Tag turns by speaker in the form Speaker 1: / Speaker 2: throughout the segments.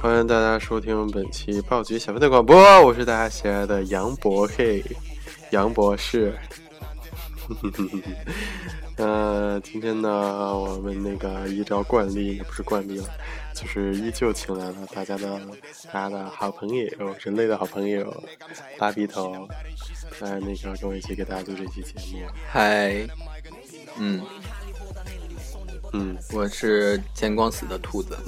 Speaker 1: 欢迎大家收听本期暴菊小分队广播，我是大家喜爱的杨博嘿，杨博士。 呃，今天呢，我们那个依照惯例，也不是惯例了，就是依旧请来了大家的大家的好朋友，人类的好朋友八鼻头，来那个跟我一起给大家做这期节目。
Speaker 2: 嗨，嗯，
Speaker 1: 嗯，
Speaker 2: 我是见光死的兔子。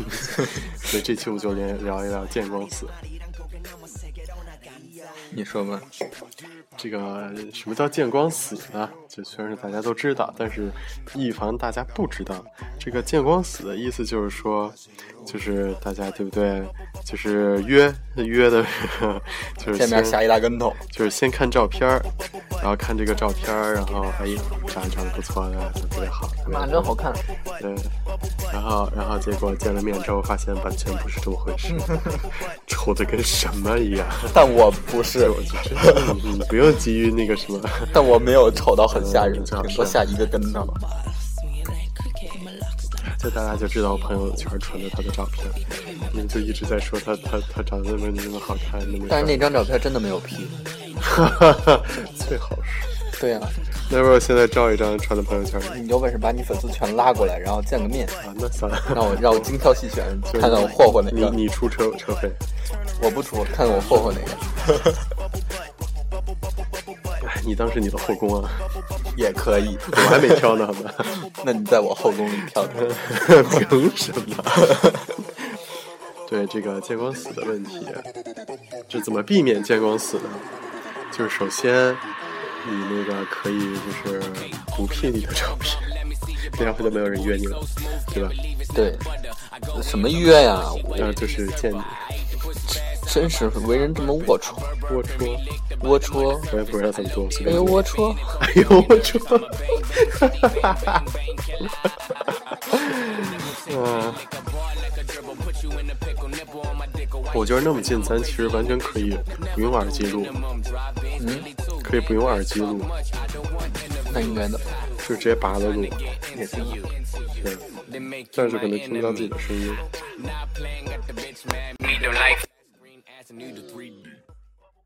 Speaker 1: 所以这期我们就聊聊一聊见光死。
Speaker 2: 你说吧，
Speaker 1: 这个什么叫见光死呢？这虽然是大家都知道，但是以防大家不知道，这个见光死的意思就是说，就是大家对不对？就是约约的，就是
Speaker 2: 见面
Speaker 1: 先
Speaker 2: 下一大跟头。
Speaker 1: 就是先看照片儿，然后看这个照片儿，然后哎，长得长得不错的，特别好，特别
Speaker 2: 真好看，啊
Speaker 1: 对，然后然后结果见了面之后，发现完全不是这么回事， 丑的跟什么一样。
Speaker 2: 但我不是，
Speaker 1: 你你不用急于那个什么，
Speaker 2: 但我没有丑到很吓人，
Speaker 1: 嗯
Speaker 2: 顶多下一个跟头。
Speaker 1: 就大家就知道我朋友圈传的他的照片，你们就一直在说他他他长得那么那么好看，那么
Speaker 2: 但是那
Speaker 1: 帅，
Speaker 2: 张照片真的没有 P。
Speaker 1: 最好是。
Speaker 2: 对啊，
Speaker 1: 那不我现在照一张传到朋友圈里
Speaker 2: 你有本事把你粉丝全拉过来，然后见个面，
Speaker 1: 啊，那算了。
Speaker 2: 让我让我精挑细选，
Speaker 1: 就是
Speaker 2: 看看我霍霍哪个。
Speaker 1: 你你出车车费，
Speaker 2: 我不出，看我霍霍哪个
Speaker 1: 哎你当时你的后宫啊，
Speaker 2: 也可以。
Speaker 1: 我还没挑呢，好吗？
Speaker 2: 那你在我后宫里 跳跳。
Speaker 1: 凭什么？ 对这个见光死的问题，这怎么避免见光死呢？就是首先，你那个可以就是不 P 你的照片， 这样会就没有人约你了，对吧？
Speaker 2: 对，什么约呀？我
Speaker 1: 然后就是见你
Speaker 2: 真是为人这么龌龊，
Speaker 1: 龌龊，
Speaker 2: 龌龊。
Speaker 1: 我也不知道怎么做，随
Speaker 2: 哎
Speaker 1: 便
Speaker 2: 呦，
Speaker 1: 你。
Speaker 2: 龌龊！
Speaker 1: 哎呦龌龊，嗯，我觉得那么近，咱其实完全可以不用耳机录，可以不用耳机录，
Speaker 2: 那应该的，
Speaker 1: 就直接拔了录，
Speaker 2: 也挺好。
Speaker 1: 对，但是可能听不到自己的声音。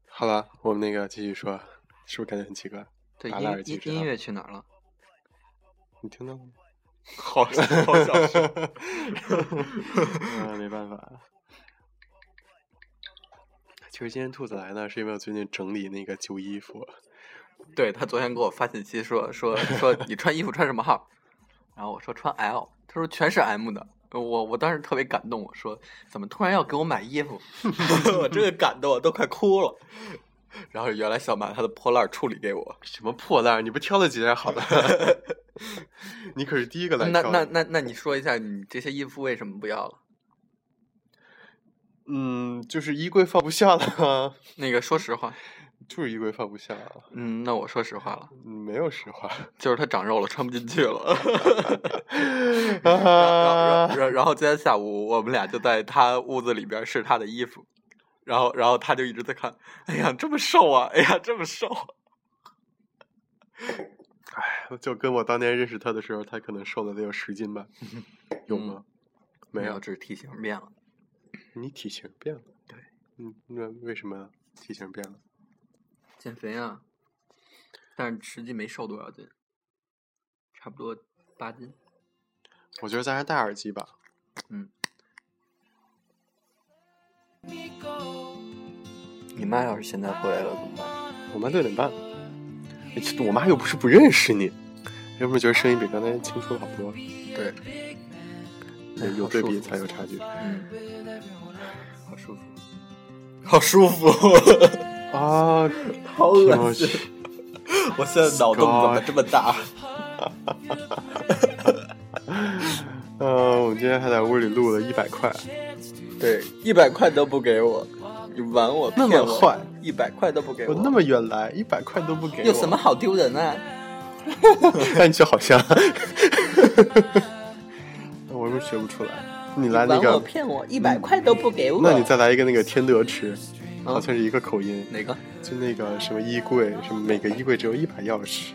Speaker 1: 好了，我们那个继续说，是不是感觉很奇怪？
Speaker 2: 对，
Speaker 1: 拔了耳
Speaker 2: 音
Speaker 1: 机
Speaker 2: 音
Speaker 1: 之后
Speaker 2: 音乐去哪儿了？
Speaker 1: 你听到了吗？
Speaker 2: 好，好想 说。
Speaker 1: 啊，没办法。其实今天兔子来呢，是因为我最近整理那个旧衣服，
Speaker 2: 对他昨天给我发信息说说 说你穿衣服穿什么号？然后我说穿 L，他说全是 M 的。我我当时特别感动，我说怎么突然要给我买 衣服？我这个感动我都快哭了。然后原来想把他的破烂儿处理给我，
Speaker 1: 什么破烂儿，你不挑了几件好的？ 你可是第一个来
Speaker 2: 那
Speaker 1: 挑
Speaker 2: 那
Speaker 1: 的
Speaker 2: 那那你说一下你这些衣服为什么不要了？
Speaker 1: 嗯，就是衣柜放不下了 啊，
Speaker 2: 那个说实话，
Speaker 1: 就是衣柜放不下啊，
Speaker 2: 嗯，那我说实话了，
Speaker 1: 嗯没有实话
Speaker 2: 就是它长肉了，穿不进去了。 然后然
Speaker 1: 啊
Speaker 2: 后，然然后今天下午我们俩就在他屋子里边试他的衣服，然后然后他就一直在看，哎呀这么瘦啊，哎呀这么瘦啊，
Speaker 1: 就跟我当年认识他的时候，他可能瘦了得有十斤 吧，有
Speaker 2: 嗯
Speaker 1: 吗？没有，
Speaker 2: 这是体型变了。
Speaker 1: 你体型变了。对，嗯，那为什么体型变了？
Speaker 2: 减肥啊，但是实际没瘦多少斤，差不多八斤。
Speaker 1: 我觉得咱还是戴耳机吧。
Speaker 2: 你妈要是现在回来了怎么办？
Speaker 1: 我妈六点半，哎这我妈又不是不认识你，要不然觉得声音比刚才清楚了好多，
Speaker 2: 对，
Speaker 1: 有有对比才有差距。
Speaker 2: 嗯，好舒服，好舒服，
Speaker 1: 啊，
Speaker 2: 好
Speaker 1: 我
Speaker 2: 恶
Speaker 1: 去
Speaker 2: 心！， 我现在脑洞怎么这么大？
Speaker 1: 呃，我们今天还在屋里录了一百块，
Speaker 2: 对，一百块都不给我，你玩我
Speaker 1: 那么
Speaker 2: 骗我
Speaker 1: 坏，
Speaker 2: 一百块都不给
Speaker 1: 我那么远来，一百块都不给我，
Speaker 2: 有什么？好丢人啊？
Speaker 1: 那你就好像， 我是不是学不出来？你来那
Speaker 2: 玩我
Speaker 1: 个，
Speaker 2: 骗我，一百块都不给我。
Speaker 1: 那你再来一个那个天德池，
Speaker 2: 嗯
Speaker 1: 好像是一个口音，
Speaker 2: 哪个？
Speaker 1: 就那个什么衣柜，什么每个衣柜只有一把钥匙，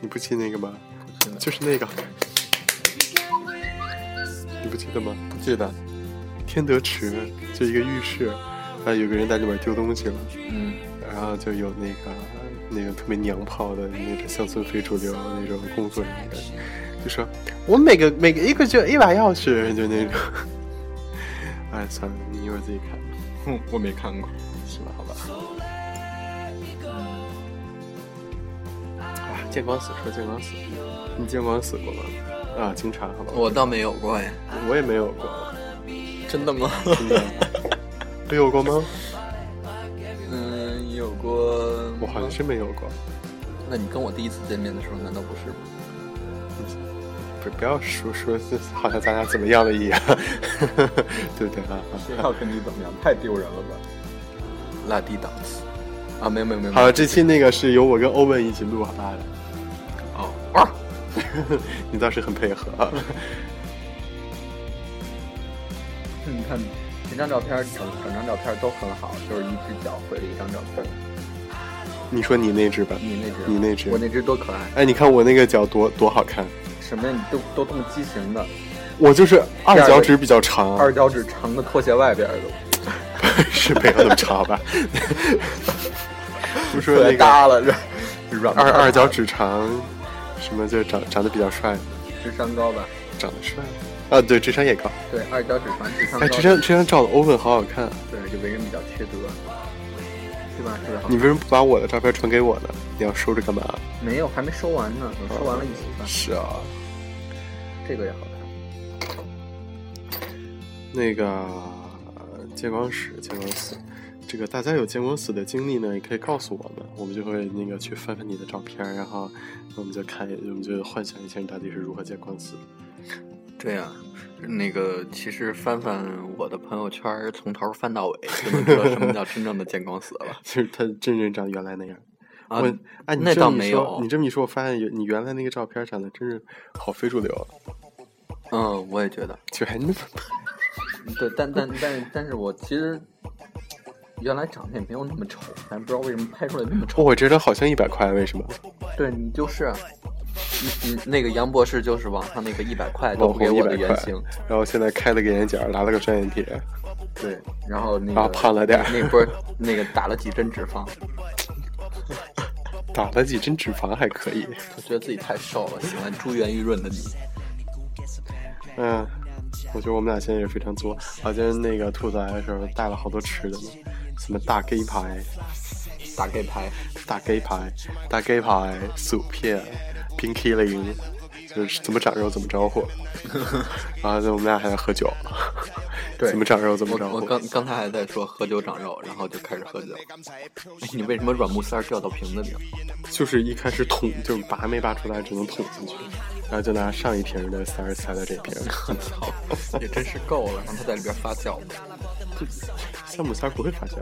Speaker 1: 你不信那个吗？就是那个，你不记得吗？
Speaker 2: 不记得。
Speaker 1: 天德池，就一个浴室，啊，有个人在里面丢东西了，
Speaker 2: 嗯
Speaker 1: 然后就有那个那个特别娘炮的那个乡村非主流那种工作人员，就说我每个每个一个就一把钥匙，就那种。 哎，算了，你一会儿自己看，
Speaker 2: 哼我没看过。
Speaker 1: 行吧，好吧。啊，见光死，说见光死，你见光死过吗？啊，经常，好吧，
Speaker 2: 我倒没有过呀，
Speaker 1: 我也没有 过，
Speaker 2: 真的吗？
Speaker 1: 真的，你有过吗？
Speaker 2: 嗯，有过。
Speaker 1: 我好像是没有过。
Speaker 2: 那你跟我第一次见面的时候，难道不是吗？
Speaker 1: 不不要说说，好像咱俩怎么样了一样， 对不对啊？啊
Speaker 2: 要跟你怎么样？太丢人了吧！拉低档次啊，没有没有没有。
Speaker 1: 好，这期那个是由我跟欧文一起录好吧 的，
Speaker 2: 哦，哇
Speaker 1: 你倒是很配合啊。
Speaker 2: 你看，整张照片，整整张照片都很好，就是一只脚毁了一张照片。
Speaker 1: 你说你那只吧，
Speaker 2: 你那只，啊
Speaker 1: 你那只
Speaker 2: 我那只多可爱！
Speaker 1: 哎，你看我那个脚多多好看，
Speaker 2: 什么呀？你都都这么畸形的，
Speaker 1: 我就是二
Speaker 2: 第二个
Speaker 1: 脚趾比较长，
Speaker 2: 二脚趾长的拖鞋外边都
Speaker 1: 是没有那么长 吧？不说那
Speaker 2: 可
Speaker 1: 个啊
Speaker 2: 搭了，软软
Speaker 1: 二
Speaker 2: 塌
Speaker 1: 二脚趾长，什么就长长得比较帅，
Speaker 2: 智商高吧？
Speaker 1: 长得帅啊，对，智商也高。
Speaker 2: 对，二脚趾长，智商高。
Speaker 1: 哎，这张这张照的欧文好好看啊，
Speaker 2: 对，就为人比较缺德，对吧？是不是好
Speaker 1: 你？为什么不把我的照片传给我呢？你要收着干嘛？
Speaker 2: 没有，还没收完
Speaker 1: 哦
Speaker 2: 呢，等收完了一起吧。
Speaker 1: 是啊，
Speaker 2: 这个也好看，
Speaker 1: 那个见光死，见光死，这个大家有见光死的经历呢，也可以告诉我们，我们就会那个去翻翻你的照片，然后我们就看，我们就幻想一下你到底是如何见光死的。
Speaker 2: 对呀、那个其实翻翻我的朋友圈儿，从头翻到 尾，就能知道什么叫真正的见光死了
Speaker 1: 就是他真人长原来那样。
Speaker 2: 啊！
Speaker 1: 我哎，你
Speaker 2: 那
Speaker 1: 这么
Speaker 2: 倒
Speaker 1: 一
Speaker 2: 没
Speaker 1: 说
Speaker 2: 有
Speaker 1: 你这么一说，我发现有你原来那个照片长得真是好非主流啊，
Speaker 2: 嗯，我也觉得，
Speaker 1: 就还那么
Speaker 2: 对，但但但但是我其实原来长得也没有那么丑，但不知道为什么拍出来那么丑。
Speaker 1: 丑。我这张好像一百块，为什么？
Speaker 2: 对你就是啊，你你那个杨博士就是网上那个一百块都
Speaker 1: 网
Speaker 2: 不给
Speaker 1: 红一
Speaker 2: 我
Speaker 1: 百
Speaker 2: 的
Speaker 1: 块
Speaker 2: 原型，，
Speaker 1: 然后现在开了个眼角，拿了个双眼皮，
Speaker 2: 对，然后那
Speaker 1: 然后
Speaker 2: 个
Speaker 1: 啊胖了点儿
Speaker 2: 那波儿那个打了几针脂肪，
Speaker 1: 打了几针脂肪还可以。
Speaker 2: 我觉得自己太瘦了，喜欢珠圆玉润的你。
Speaker 1: 嗯，我觉得我们俩现在也非常作。好，今天那个兔子来的时候带了好多吃的呢，什么大鸡排、
Speaker 2: 打给拍，
Speaker 1: 大鸡排、大鸡排、薯片、冰淇淋，就是怎么长肉怎么着 火。然后我们俩还在喝酒，
Speaker 2: 对
Speaker 1: 怎么长肉怎么
Speaker 2: 我
Speaker 1: 着
Speaker 2: 我
Speaker 1: 火。
Speaker 2: 刚刚才还在说喝酒长肉，然后就开始喝酒。哎，你为什么软木塞儿掉到瓶子里了？
Speaker 1: 就是一开始捅，就是拔没拔出来，只能捅进去，然后就拿上一瓶的塞儿塞到这瓶儿。
Speaker 2: 操，也真是够了，让它在里边发酵。
Speaker 1: 酵母塞儿不会发酵。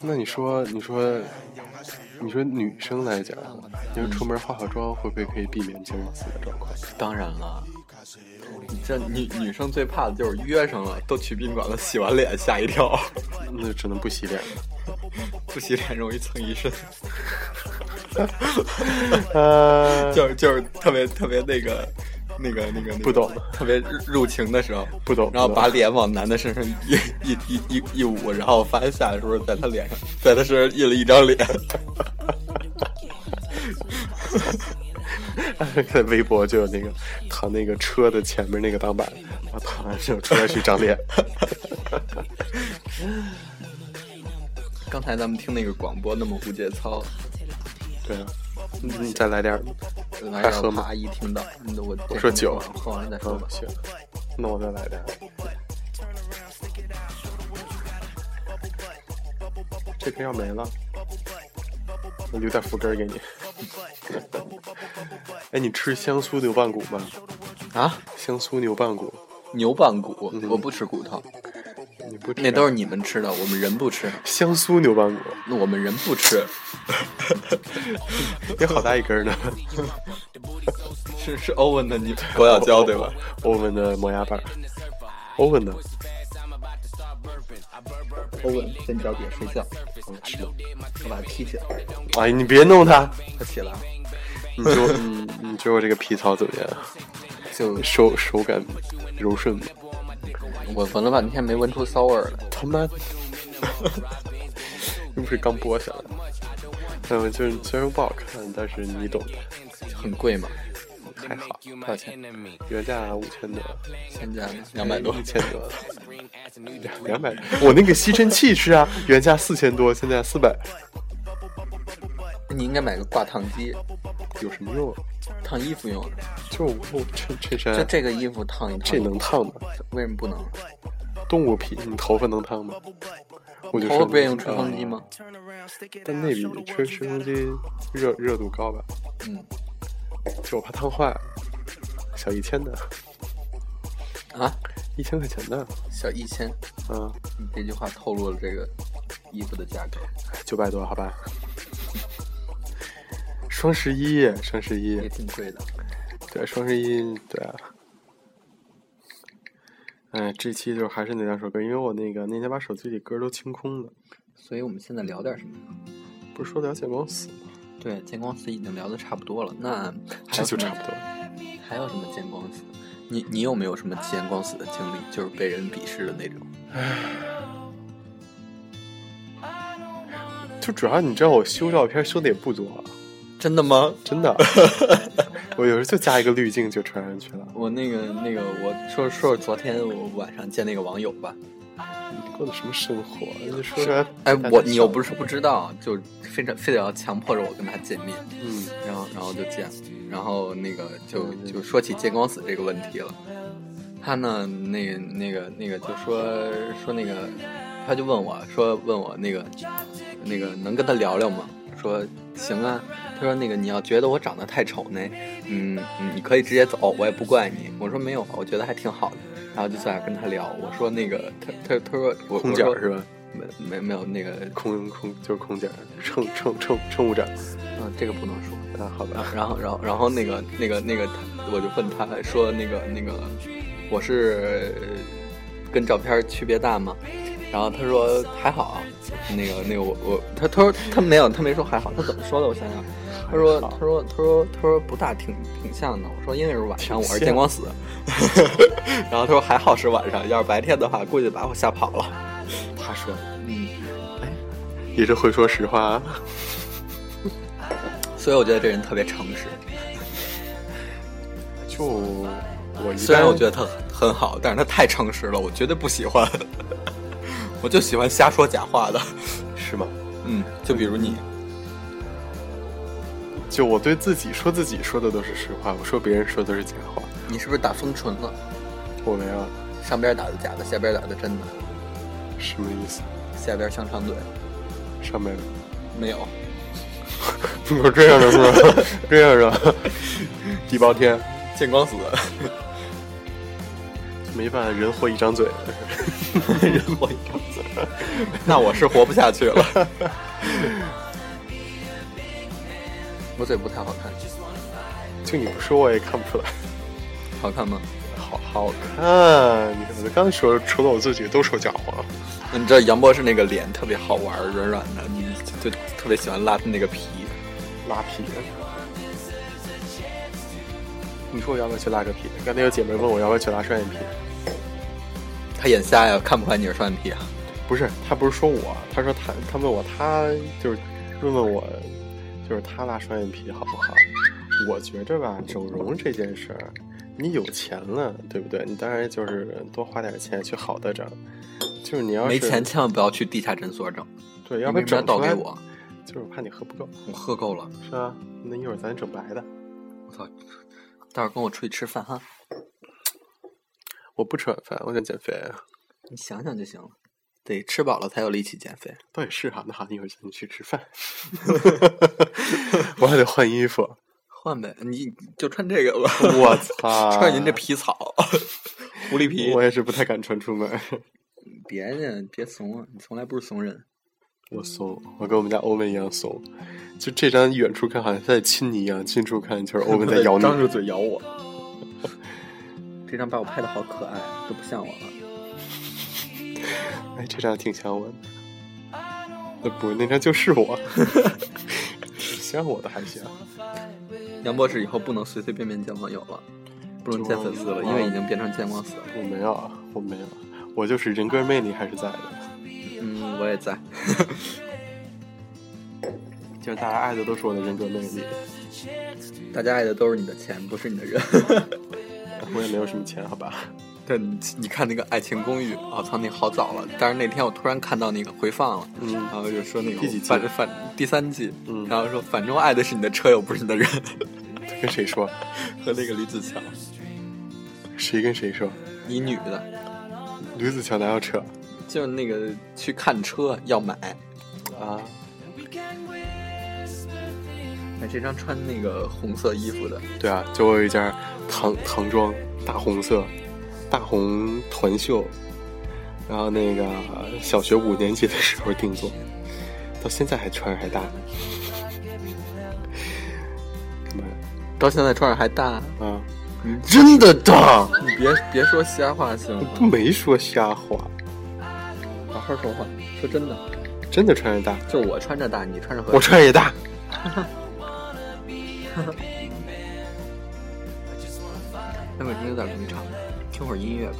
Speaker 1: 那你说，你说，你说女生来讲，你说出门化化妆会不会可以避免见光死的状况？
Speaker 2: 当然了，你这女女生最怕的就是约上了，都去宾馆了，洗完脸吓一跳，
Speaker 1: 那只能不洗脸了。
Speaker 2: 不洗脸容易蹭一身，
Speaker 1: 呃，
Speaker 2: 就是就是特别特别那个那个那个、那个
Speaker 1: 不懂
Speaker 2: 特别入入情的时候
Speaker 1: 不懂
Speaker 2: 然后
Speaker 1: 不懂
Speaker 2: 把脸往男的身上一一一一一捂，然后发现下来的时候在他脸上，在他身上印了一张脸。
Speaker 1: 在微博就有那个躺那个车的前面那个挡板，然后躺完之后出来是一张脸。
Speaker 2: 刚才咱们听那个广播那么无节操，
Speaker 1: 对啊，你你再来点儿吧。
Speaker 2: 来
Speaker 1: 还
Speaker 2: 让
Speaker 1: 喝
Speaker 2: 我
Speaker 1: 吗
Speaker 2: 阿姨听到，嗯我我
Speaker 1: 说酒
Speaker 2: 喝完了再说
Speaker 1: 嗯
Speaker 2: 吧，。
Speaker 1: 行，那我再来点儿。这瓶要没了，我留点福根儿给你。哎，你吃香酥牛棒骨吗？
Speaker 2: 啊，
Speaker 1: 香酥牛棒骨，
Speaker 2: 牛棒骨，
Speaker 1: 嗯
Speaker 2: 我不吃骨头，
Speaker 1: 你不吃啊？
Speaker 2: 那都是你们吃的，我们人不吃，
Speaker 1: 香酥牛棒骨，
Speaker 2: 那我们人不吃，
Speaker 1: 也好大一根儿呢。
Speaker 2: 是是欧文的你狗咬胶对吧？
Speaker 1: 欧文的磨牙板儿，欧文的，
Speaker 2: 欧文先找点睡觉，
Speaker 1: 嗯吃吧。
Speaker 2: 我把他踢起来，
Speaker 1: 哎，你别弄它，
Speaker 2: 他起来了，
Speaker 1: 你觉得我你你觉得我这个皮草怎么样？
Speaker 2: 就
Speaker 1: 手手感柔顺吗？
Speaker 2: 我闻了半天没闻出骚味儿来。
Speaker 1: 他妈， 又不是刚剥下来。嗯，就是虽然不好看，但是你懂的，
Speaker 2: 很贵嘛，
Speaker 1: 还好。
Speaker 2: 多少钱？
Speaker 1: 原价五千多，
Speaker 2: 现在两百多
Speaker 1: 一。千多，两百。我那个吸尘器是啊，原价四千多，现在四百，
Speaker 2: 你应该买个挂烫机，
Speaker 1: 有什么用啊？
Speaker 2: 烫衣服用。
Speaker 1: 就是我我衬衬
Speaker 2: 就
Speaker 1: 衫，
Speaker 2: 这个衣服烫一烫，
Speaker 1: 这能烫吗？
Speaker 2: 为什么不能？
Speaker 1: 动物皮，你头发能烫吗？我就
Speaker 2: 头发
Speaker 1: 说
Speaker 2: 不也用吹
Speaker 1: 啊
Speaker 2: 风机吗？
Speaker 1: 嗯但那比吹吹风机热热度高吧？
Speaker 2: 嗯，
Speaker 1: 就我怕烫坏了。小一千的，
Speaker 2: 啊，
Speaker 1: 一千块钱的，
Speaker 2: 小一千，
Speaker 1: 嗯，
Speaker 2: 你这句话透露了这个衣服的价格。
Speaker 1: 九百多，好吧。 双十一，双十一
Speaker 2: 也，挺贵的。
Speaker 1: 对，双十一，对啊。哎，这期就还是那两首歌，因为我那个那天把手机里歌都清空了，
Speaker 2: 所以我们现在聊点什么呢？
Speaker 1: 不是说聊见光死吗？
Speaker 2: 对，见光死已经聊的差不多了，那
Speaker 1: 这
Speaker 2: 还有
Speaker 1: 就
Speaker 2: 什
Speaker 1: 差
Speaker 2: 么
Speaker 1: 不多。了。
Speaker 2: 还有什么见光死？你你有没有什么见光死的经历？就是被人鄙视的那种？
Speaker 1: 就主要你知道我修照片修的也不多，
Speaker 2: 真的吗？
Speaker 1: 真的。我有时候就加一个滤镜就传上去了。
Speaker 2: 我那个那个，我说说昨天我晚上见那个网友吧。
Speaker 1: 你过的什么生活？你说出来，
Speaker 2: 哎，我你又不是不知道，就非常非得要强迫着我跟他见面，
Speaker 1: 嗯，
Speaker 2: 然后然后就见，然后那个就就说起见光死这个问题了。他呢，那个那个那个就说说那个，他就问我说问我那个那个能跟他聊聊吗？说行啊。他说那个你要觉得我长得太丑呢，嗯，嗯你可以直接走，我也不怪你。我说没有啊，我觉得还挺好的。然后就在那跟他聊，我说那个他他他说我
Speaker 1: 空姐儿
Speaker 2: 我说
Speaker 1: 是吧？
Speaker 2: 没没没有那个，
Speaker 1: 空空就是空姐儿，乘乘乘乘务长
Speaker 2: 嗯，这个不能说。
Speaker 1: 啊，好吧。
Speaker 2: 然后，然后，然后那个那个那个，他我就问他说那个那个，我是呃跟照片区别大吗？然后他说还好啊，那个那个我我他他说他没有他没说还好，他怎么说的？我想想，他说他说他说他说不大挺挺像的。我说因为是晚上，我
Speaker 1: 挺像
Speaker 2: 是见光死。 然后他说还好是晚上，要是白天的话，估计把我吓跑了。
Speaker 1: 他说
Speaker 2: 嗯，
Speaker 1: 也是会说实话啊，
Speaker 2: 所以我觉得这人特别诚实。
Speaker 1: 就我一
Speaker 2: 虽然
Speaker 1: 般
Speaker 2: 我觉得他很好，但是他太诚实了，我绝对不喜欢。 我就喜欢瞎说假话的。
Speaker 1: 是吗？
Speaker 2: 嗯，就比如你，
Speaker 1: 就我对自己说自己说的都是实话，我说别人说的都是假话。
Speaker 2: 你是不是打封唇了？
Speaker 1: 我没有
Speaker 2: 上边打的假的，下边打的真的，
Speaker 1: 什么意思？
Speaker 2: 下边香肠嘴
Speaker 1: 上面
Speaker 2: 没有。
Speaker 1: 我这样的是吗？这样的地包天
Speaker 2: 见光死，
Speaker 1: 没办法，人活一张嘴，
Speaker 2: 人活一张嘴，那我是活不下去了。 我嘴不太好看，
Speaker 1: 就你不说我也看不出来。
Speaker 2: 好看吗？
Speaker 1: 好好看，你看我刚说除了我自己都说假话，
Speaker 2: 你知道杨博士那个脸特别好玩，软软的，你就就特别喜欢拉他那个皮。
Speaker 1: 拉皮。你说我要不要去拉个皮？刚才有姐妹问我要不要去拉双眼皮，
Speaker 2: 他眼瞎呀，看不出来你是双眼皮啊。
Speaker 1: 不是，她不是说我，她说她，她问我，她就是问问我，就是她拉双眼皮好不好？我觉着吧，整容这件事儿，你有钱了，对不对？你当然就是多花点钱去好的整，就是你要是
Speaker 2: 没钱，千万不要去地下诊所整，
Speaker 1: 对，
Speaker 2: 你
Speaker 1: 要不
Speaker 2: 为
Speaker 1: 然
Speaker 2: 什么
Speaker 1: 整出
Speaker 2: 要倒
Speaker 1: 来
Speaker 2: 给我，
Speaker 1: 就是我怕你喝不够，
Speaker 2: 我喝够了。
Speaker 1: 是吧？那一会儿咱整白的。
Speaker 2: 我操，待会儿跟我出去吃饭哈，
Speaker 1: 我不吃晚饭，我想减肥。
Speaker 2: 你想想就行了，得吃饱了才有力气减肥。
Speaker 1: 倒也是哈，那好，一会儿请你去吃饭。 我还得换衣服。
Speaker 2: 换呗，你就穿这个吧。
Speaker 1: 我操！
Speaker 2: 穿您这皮草， 狐狸皮
Speaker 1: 我。也是不太敢穿出门。
Speaker 2: 别介，别怂啊，你从来不是怂人。
Speaker 1: 我怂，我跟我们家欧文一样怂。就这张远处看好像在亲你一样，近处看就是欧文在咬
Speaker 2: 张
Speaker 1: 你。
Speaker 2: 着嘴咬我。 这张把我拍的好可爱，都不像我了。
Speaker 1: 哎，这张挺像我的。那不是那张就是我， 像我的还行。
Speaker 2: 杨博士以后不能随随便便见网友了，不如见粉丝了，因为已经变成见光死了。
Speaker 1: 我没有，啊我没有，我就是人格魅力还是在的，
Speaker 2: 嗯，我也在。
Speaker 1: 就是大家爱的都是我的人格魅力，
Speaker 2: 大家爱的都是你的钱，不是你的人。
Speaker 1: 我也没有什么钱，好吧？
Speaker 2: 对，你你看那个《爱情公寓》，我操，那个好早了。但是那天我突然看到那个回放了，
Speaker 1: 嗯
Speaker 2: 然后就说那个
Speaker 1: 第几季
Speaker 2: 反正反第三季，
Speaker 1: 嗯
Speaker 2: 然后说反正我爱的是你的车，又不是你的人，
Speaker 1: 跟谁说？
Speaker 2: 和那个吕子乔，
Speaker 1: 谁跟谁说？
Speaker 2: 一女的，
Speaker 1: 吕子乔哪有车
Speaker 2: 就是那个去看车要买，
Speaker 1: 啊？
Speaker 2: 买这张穿那个红色衣服的，
Speaker 1: 对啊，就我有一件唐唐装，大红色，大红团袖，然后那个小学五年级的时候定做，到现在还穿着还搭。干嘛呀？
Speaker 2: 到现在穿上还大，
Speaker 1: 啊，你真的大？
Speaker 2: 你别别说瞎话行
Speaker 1: 我
Speaker 2: 吗？
Speaker 1: 都没说瞎话，
Speaker 2: 好好说话，说真的，
Speaker 1: 真的穿着大，
Speaker 2: 就我穿着大，你穿着合适
Speaker 1: 我穿着也大。
Speaker 2: 那本身有点冗长，听会儿音乐吧。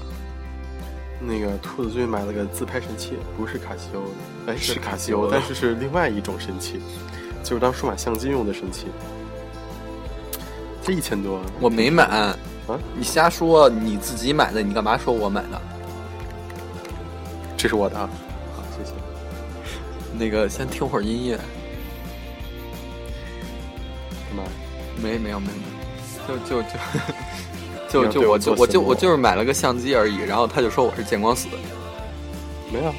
Speaker 1: 那个兔子君买了个自拍神器，不是卡西欧的，哎，
Speaker 2: 是
Speaker 1: 是卡
Speaker 2: 卡
Speaker 1: 西
Speaker 2: 西
Speaker 1: 欧
Speaker 2: 欧，
Speaker 1: 但是是另外一种神器，就是当数码相机用的神器。这一千多啊，
Speaker 2: 我没买，
Speaker 1: 啊
Speaker 2: 你瞎说，你自己买的，你干嘛说我买的？
Speaker 1: 这是我的啊，好，谢谢。
Speaker 2: 那个先听会儿音乐，
Speaker 1: 干嘛？
Speaker 2: 没没有没有，就就
Speaker 1: 你
Speaker 2: 就
Speaker 1: 要
Speaker 2: 就
Speaker 1: 对
Speaker 2: 就
Speaker 1: 我
Speaker 2: 我
Speaker 1: 做
Speaker 2: 就
Speaker 1: 什么
Speaker 2: 我就我就是买了个相机而已，然后他就说我是见光死。
Speaker 1: 没有，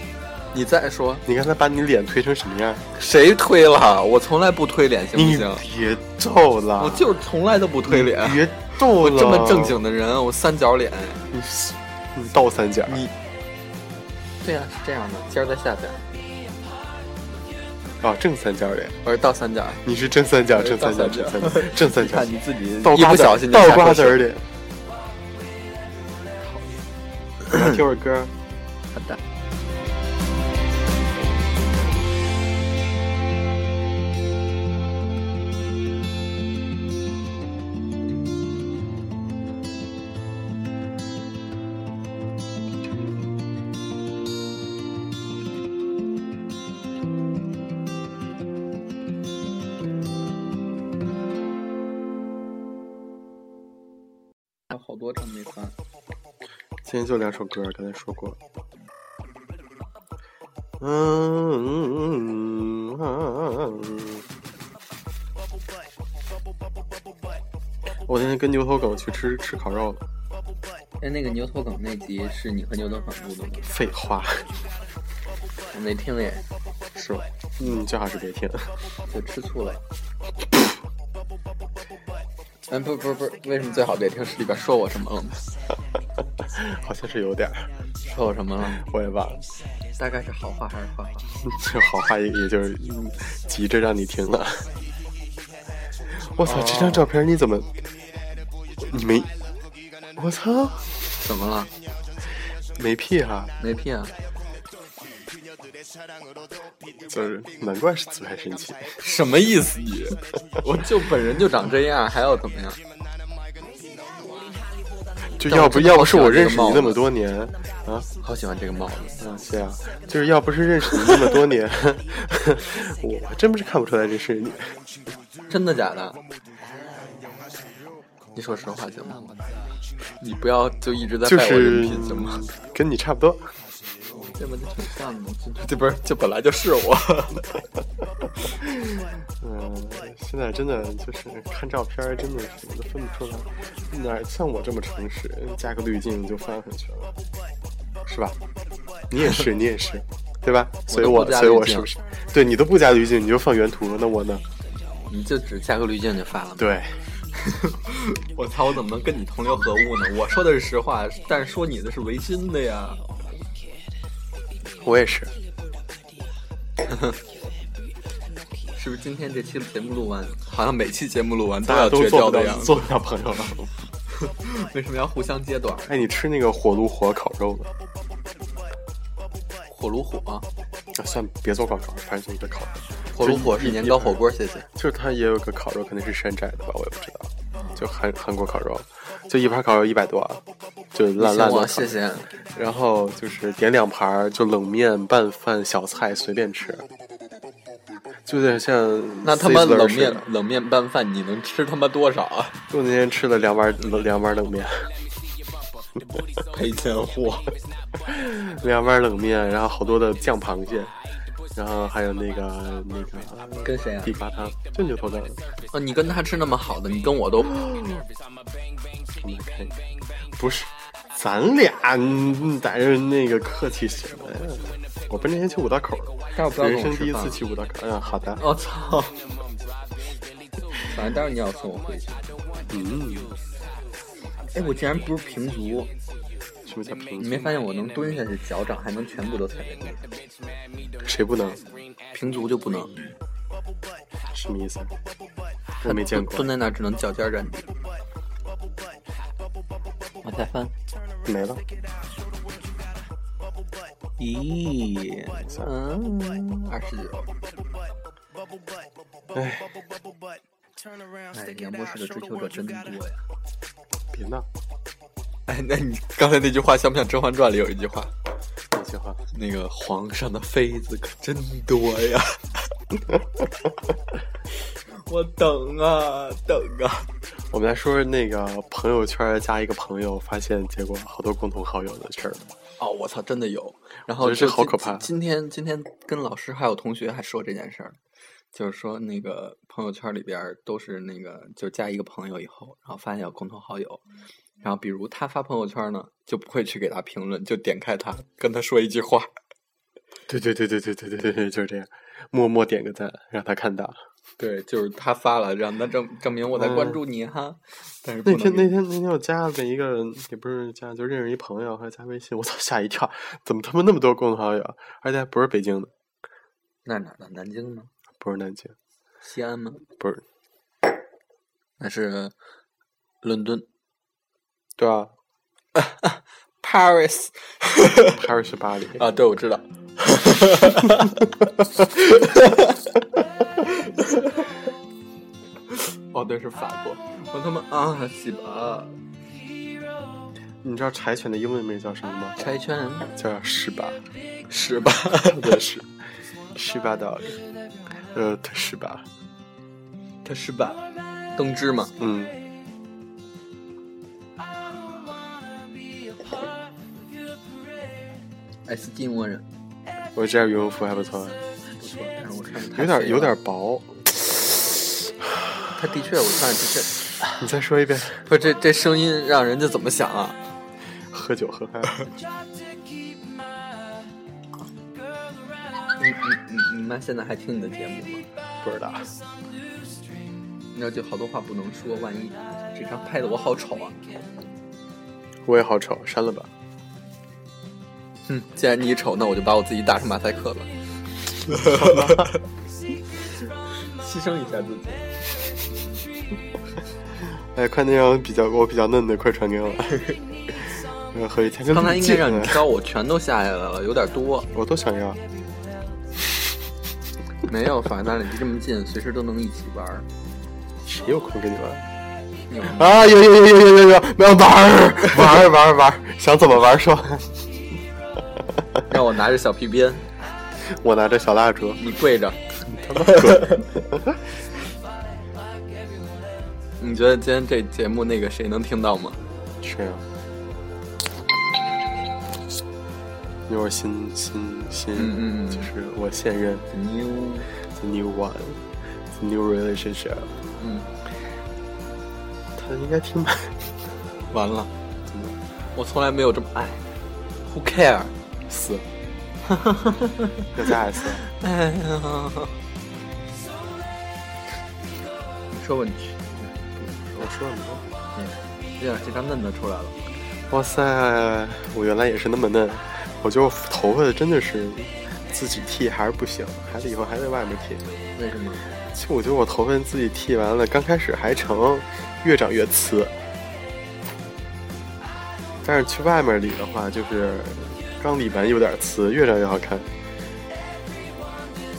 Speaker 2: 你再说
Speaker 1: 你刚才把你脸推成什么样？
Speaker 2: 谁推了？我从来不推脸，行
Speaker 1: 你
Speaker 2: 不行？
Speaker 1: 别逗了，
Speaker 2: 我就是从来都不推脸，
Speaker 1: 别逗
Speaker 2: 我
Speaker 1: 了，
Speaker 2: 这么正，经的人，我三角脸。
Speaker 1: 你你倒三角，
Speaker 2: 你对呀、是这样的，尖儿在下边，
Speaker 1: 啊正三角脸，
Speaker 2: 我是倒三角。
Speaker 1: 你是正三角，
Speaker 2: 我
Speaker 1: 正
Speaker 2: 是
Speaker 1: 三角，正三
Speaker 2: 倒三
Speaker 1: 角
Speaker 2: 角，
Speaker 1: 正三
Speaker 2: 你
Speaker 1: 角
Speaker 2: 看，你自己
Speaker 1: 倒
Speaker 2: 一
Speaker 1: 瓜
Speaker 2: 不
Speaker 1: 子
Speaker 2: 小心
Speaker 1: 儿，
Speaker 2: 就
Speaker 1: 倒
Speaker 2: 下
Speaker 1: 瓜
Speaker 2: 过
Speaker 1: 子
Speaker 2: 手
Speaker 1: 儿脸。来 听会儿歌。
Speaker 2: 好的。还有好多张没翻，
Speaker 1: 今天就两首歌，刚才说过。嗯嗯嗯嗯嗯。我那天跟牛头梗去吃吃烤肉了。
Speaker 2: 哎，那个牛头梗那集是你和牛头梗录的吗？
Speaker 1: 废话，
Speaker 2: 我没听耶，是吧？
Speaker 1: 嗯，最好是别听。
Speaker 2: 就吃醋了。嗯，不不不，为什么最好别听？是里边说我什么了吗？
Speaker 1: 好像是有点儿，
Speaker 2: 说我什么了吗？
Speaker 1: 我也忘了。
Speaker 2: 大概是好话还是坏话？
Speaker 1: 这好话也也就是嗯急着让你啊哦听了。我操，这张照片你怎么？你没？我操，
Speaker 2: 怎么了？
Speaker 1: 没屁哈、
Speaker 2: 没骗啊？
Speaker 1: 就是难怪是自拍神器。
Speaker 2: 什么意思你？ 我就本人就长这样，还要怎么样？
Speaker 1: 就
Speaker 2: 但我
Speaker 1: 要不
Speaker 2: 真的
Speaker 1: 要
Speaker 2: 好
Speaker 1: 不是
Speaker 2: 喜欢
Speaker 1: 我
Speaker 2: 这个
Speaker 1: 认识你
Speaker 2: 帽
Speaker 1: 那么
Speaker 2: 子
Speaker 1: 多年啊
Speaker 2: 好喜欢这个帽子，
Speaker 1: 啊，对啊，就是要不是认识你那么多 年，我还真不是看不出来这是你。
Speaker 2: 真的假的？你说实话行吗？你不要就一直在
Speaker 1: 就
Speaker 2: 拜我人
Speaker 1: 是
Speaker 2: 品行吗？
Speaker 1: 跟你差不多，
Speaker 2: 这不就挺像的吗？ 这这不是就本来就是我。
Speaker 1: 嗯，现在真的就是看照片儿，真的什么都分不出来，哪儿像我这么诚实，加个滤镜就翻回去了，是吧？你也是，你也是，对吧？所以
Speaker 2: 都
Speaker 1: 我
Speaker 2: 不加
Speaker 1: 所以
Speaker 2: 滤
Speaker 1: 我
Speaker 2: 镜
Speaker 1: 是不是？对你都不加滤镜，你就放原图，那我呢？
Speaker 2: 你就只加个滤镜就发了吗？
Speaker 1: 对，
Speaker 2: 我操！我怎么能跟你同流合污呢？我说的是实话，但是说你的是违心的呀。
Speaker 1: 我也是。
Speaker 2: 是不是今天这期节目录完，好像每期节目录完都
Speaker 1: 大家
Speaker 2: 要
Speaker 1: 都
Speaker 2: 绝
Speaker 1: 做
Speaker 2: 交
Speaker 1: 不
Speaker 2: 的
Speaker 1: 到
Speaker 2: 样子？
Speaker 1: 做不到朋友了。
Speaker 2: 为什么要互相揭短？
Speaker 1: 哎，你吃那个火炉火烤肉吗？
Speaker 2: 火炉火，
Speaker 1: 啊，算了，别做广告，反正就是这烤肉。
Speaker 2: 火炉火是年糕火锅，谢谢。
Speaker 1: 就是它也有个烤肉，可能是山寨的吧，我也不知道。就韩韩国烤肉，就一盘烤肉一百多，啊就烂烂
Speaker 2: 我
Speaker 1: 的。
Speaker 2: 谢谢。
Speaker 1: 然后就是点两盘儿就冷面、拌饭、小菜随便吃，就有点像
Speaker 2: 那他妈
Speaker 1: Sizzler
Speaker 2: 冷
Speaker 1: 似
Speaker 2: 面
Speaker 1: 的
Speaker 2: 冷面拌饭，你能吃他妈多少啊？
Speaker 1: 就那天吃了两碗冷两碗冷面，
Speaker 2: 赔钱货！
Speaker 1: 两碗冷面，然后好多的酱螃蟹，然后还有那个那个
Speaker 2: 跟谁啊
Speaker 1: 地？瓜汤，就牛头汤。
Speaker 2: 哦，你跟他吃那么好的，你跟我都
Speaker 1: 我们来看一看，不是，咱俩嗯在这那个客气什么呀？我不是那天去五道口儿，
Speaker 2: 待会儿不要跟
Speaker 1: 人
Speaker 2: 我
Speaker 1: 生
Speaker 2: 吃
Speaker 1: 第一
Speaker 2: 饭
Speaker 1: 次去五道口儿。嗯，好的。
Speaker 2: 我、操！反正待会儿你要送我回去。
Speaker 1: 嗯，
Speaker 2: 哎，我竟然不是平足，
Speaker 1: 什么叫平
Speaker 2: 你
Speaker 1: 足？
Speaker 2: 没发现我能蹲下去，脚掌还能全部都踩在地上，
Speaker 1: 谁不能？
Speaker 2: 平足就不能。
Speaker 1: 什么意思？我没见过
Speaker 2: 蹲，在那儿只能脚尖儿沾地。往下翻。
Speaker 1: 没了。
Speaker 2: 咦，嗯，二十九。
Speaker 1: 哎，
Speaker 2: 哎，杨博士的追求者真多呀。
Speaker 1: 别闹，
Speaker 2: 哎，那你刚才那句话像不像《甄嬛传》里有一句话？
Speaker 1: 那些话。
Speaker 2: 那个皇上的妃子可真多呀！ 我等啊等啊，
Speaker 1: 我们来说说那个朋友圈加一个朋友，发现结果好多共同好友的事儿。
Speaker 2: 哦，我操，真的有。然后
Speaker 1: 真是
Speaker 2: 就
Speaker 1: 好
Speaker 2: 今
Speaker 1: 可怕
Speaker 2: 今天今天跟老师还有同学还说这件事儿，就是说那个朋友圈里边儿都是那个，就加一个朋友以后，然后发现有共同好友，然后比如他发朋友圈呢，就不会去给他评论，就点开他，跟他说一句话。
Speaker 1: 对对对对对对对对对，就是这样，默默点个赞，让他看到。
Speaker 2: 对，就是他发了，让他证证明我在关
Speaker 1: 嗯
Speaker 2: 注你哈。但是不
Speaker 1: 那天
Speaker 2: 能
Speaker 1: 那天那天我加了一个人，也不是加，就认识一朋友，还加微信，我操吓一跳， 怎么他妈那么多共同好友？而且还不是北京的，
Speaker 2: 那哪儿的？南京吗？
Speaker 1: 不是南京，
Speaker 2: 西安吗？
Speaker 1: 不是，
Speaker 2: 那是伦敦
Speaker 1: 对啊，
Speaker 2: ，Paris
Speaker 1: 还是巴黎。
Speaker 2: 啊？对，我知道。 哦，对，是法国。我他妈啊，西吧，
Speaker 1: 你知道柴犬的英文名叫什么吗？
Speaker 2: 柴犬
Speaker 1: 叫十八，
Speaker 2: 是吧？
Speaker 1: 对是，十八 dog，呃，它十八，
Speaker 2: 它是吧？东芝嘛，
Speaker 1: 嗯。
Speaker 2: 爱斯基摩人，
Speaker 1: 我这件羽绒服还不错，
Speaker 2: 不错。但是我看着太
Speaker 1: 有点
Speaker 2: 肥
Speaker 1: 有
Speaker 2: 了，
Speaker 1: 点薄。
Speaker 2: 他的确，我看着的确，
Speaker 1: 你再说一遍，
Speaker 2: 不是这这声音让人家怎么想啊？
Speaker 1: 喝酒喝嗨了。
Speaker 2: 你你你你妈现在还听你的节目吗？
Speaker 1: 不知道，
Speaker 2: 那就好多话不能说，万一这张拍的我好丑啊！
Speaker 1: 我也好丑，删了吧。
Speaker 2: 哼，既然你丑，那我就把我自己打成马赛 克吧，牺牲一下自己。
Speaker 1: 哎，快那张比较我比较嫩的，快传给我。然后何以前跟
Speaker 2: 刚才应该让你挑，我全都下下来了，有点多。
Speaker 1: 我都想要。
Speaker 2: 没有，反正咱俩离这么近，随时都能一起玩儿。
Speaker 1: 谁有空跟你玩？
Speaker 2: 有吗
Speaker 1: 啊，有有有有有有有，没有玩儿玩儿玩儿玩儿，想怎么玩儿说。
Speaker 2: 让我拿着小皮鞭，
Speaker 1: 我拿着小蜡烛，
Speaker 2: 你跪着。 你觉得今天这节目那个谁能听到吗？
Speaker 1: 是啊。因为我新新新，
Speaker 2: 嗯嗯嗯
Speaker 1: 就是我现任
Speaker 2: 妞，
Speaker 1: the new one the new relationship，
Speaker 2: 嗯，
Speaker 1: 他应该听吧？
Speaker 2: 完了，
Speaker 1: 真的
Speaker 2: 我从来没有这么爱。Who care？
Speaker 1: 死，要加 S，
Speaker 2: 哎呀，你说吧，你去。
Speaker 1: 我说什么？
Speaker 2: 对呀，这张嫩的出来了。
Speaker 1: 哇塞，我原来也是那么嫩，我觉得我头发真的是自己剃还是不行，还得以后还得外面剃。
Speaker 2: 为什么？
Speaker 1: 其实我觉得我头发自己剃完了，刚开始还成，越长越呲。但是去外面理的话，就是刚理完有点呲，越长越好看。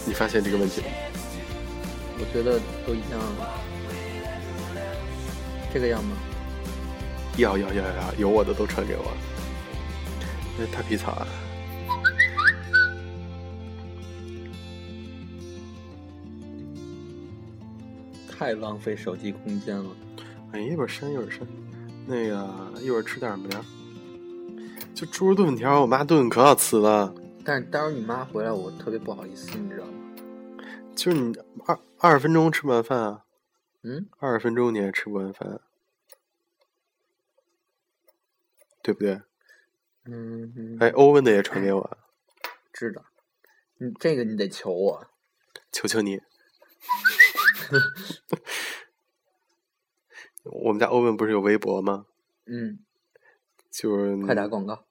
Speaker 1: 你发现这个问题吗？
Speaker 2: 我觉得都一样。这个样吗？
Speaker 1: 要要要要，有我的都传给我。那大皮草啊，
Speaker 2: 太浪费手机空间了。
Speaker 1: 哎，一会儿删一会儿删，那个一会儿吃点什么呀？就猪肉炖粉条，我妈炖可好吃了。
Speaker 2: 但是待会儿你妈回来，我特别不好意思，你知道吗？
Speaker 1: 就是你二二十分钟吃不完饭啊，
Speaker 2: 嗯，
Speaker 1: 二十分钟你也吃不完饭，对不对？
Speaker 2: 嗯嗯，
Speaker 1: 哎，欧文的也传给我啊，
Speaker 2: 知道。你这个你得求我。
Speaker 1: 求求你。 我们家欧文不是有微博吗？
Speaker 2: 嗯，
Speaker 1: 就是
Speaker 2: 快打广告。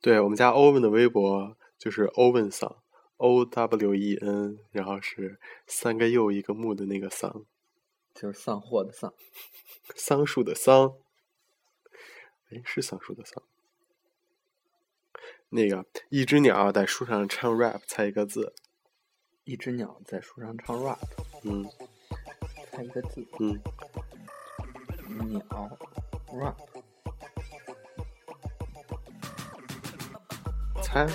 Speaker 1: 对我们家欧文的微博就是欧文桑，O W E N，然后是三个又一个木的那个桑，
Speaker 2: 就是散货的散，
Speaker 1: 桑树的桑，哎，是桑树的桑。那个一只鸟在树上唱 rap，猜一个字，
Speaker 2: 一只鸟在树上唱 rap，
Speaker 1: 嗯
Speaker 2: 猜一个字，
Speaker 1: 嗯，
Speaker 2: 鸟 rap，
Speaker 1: 猜，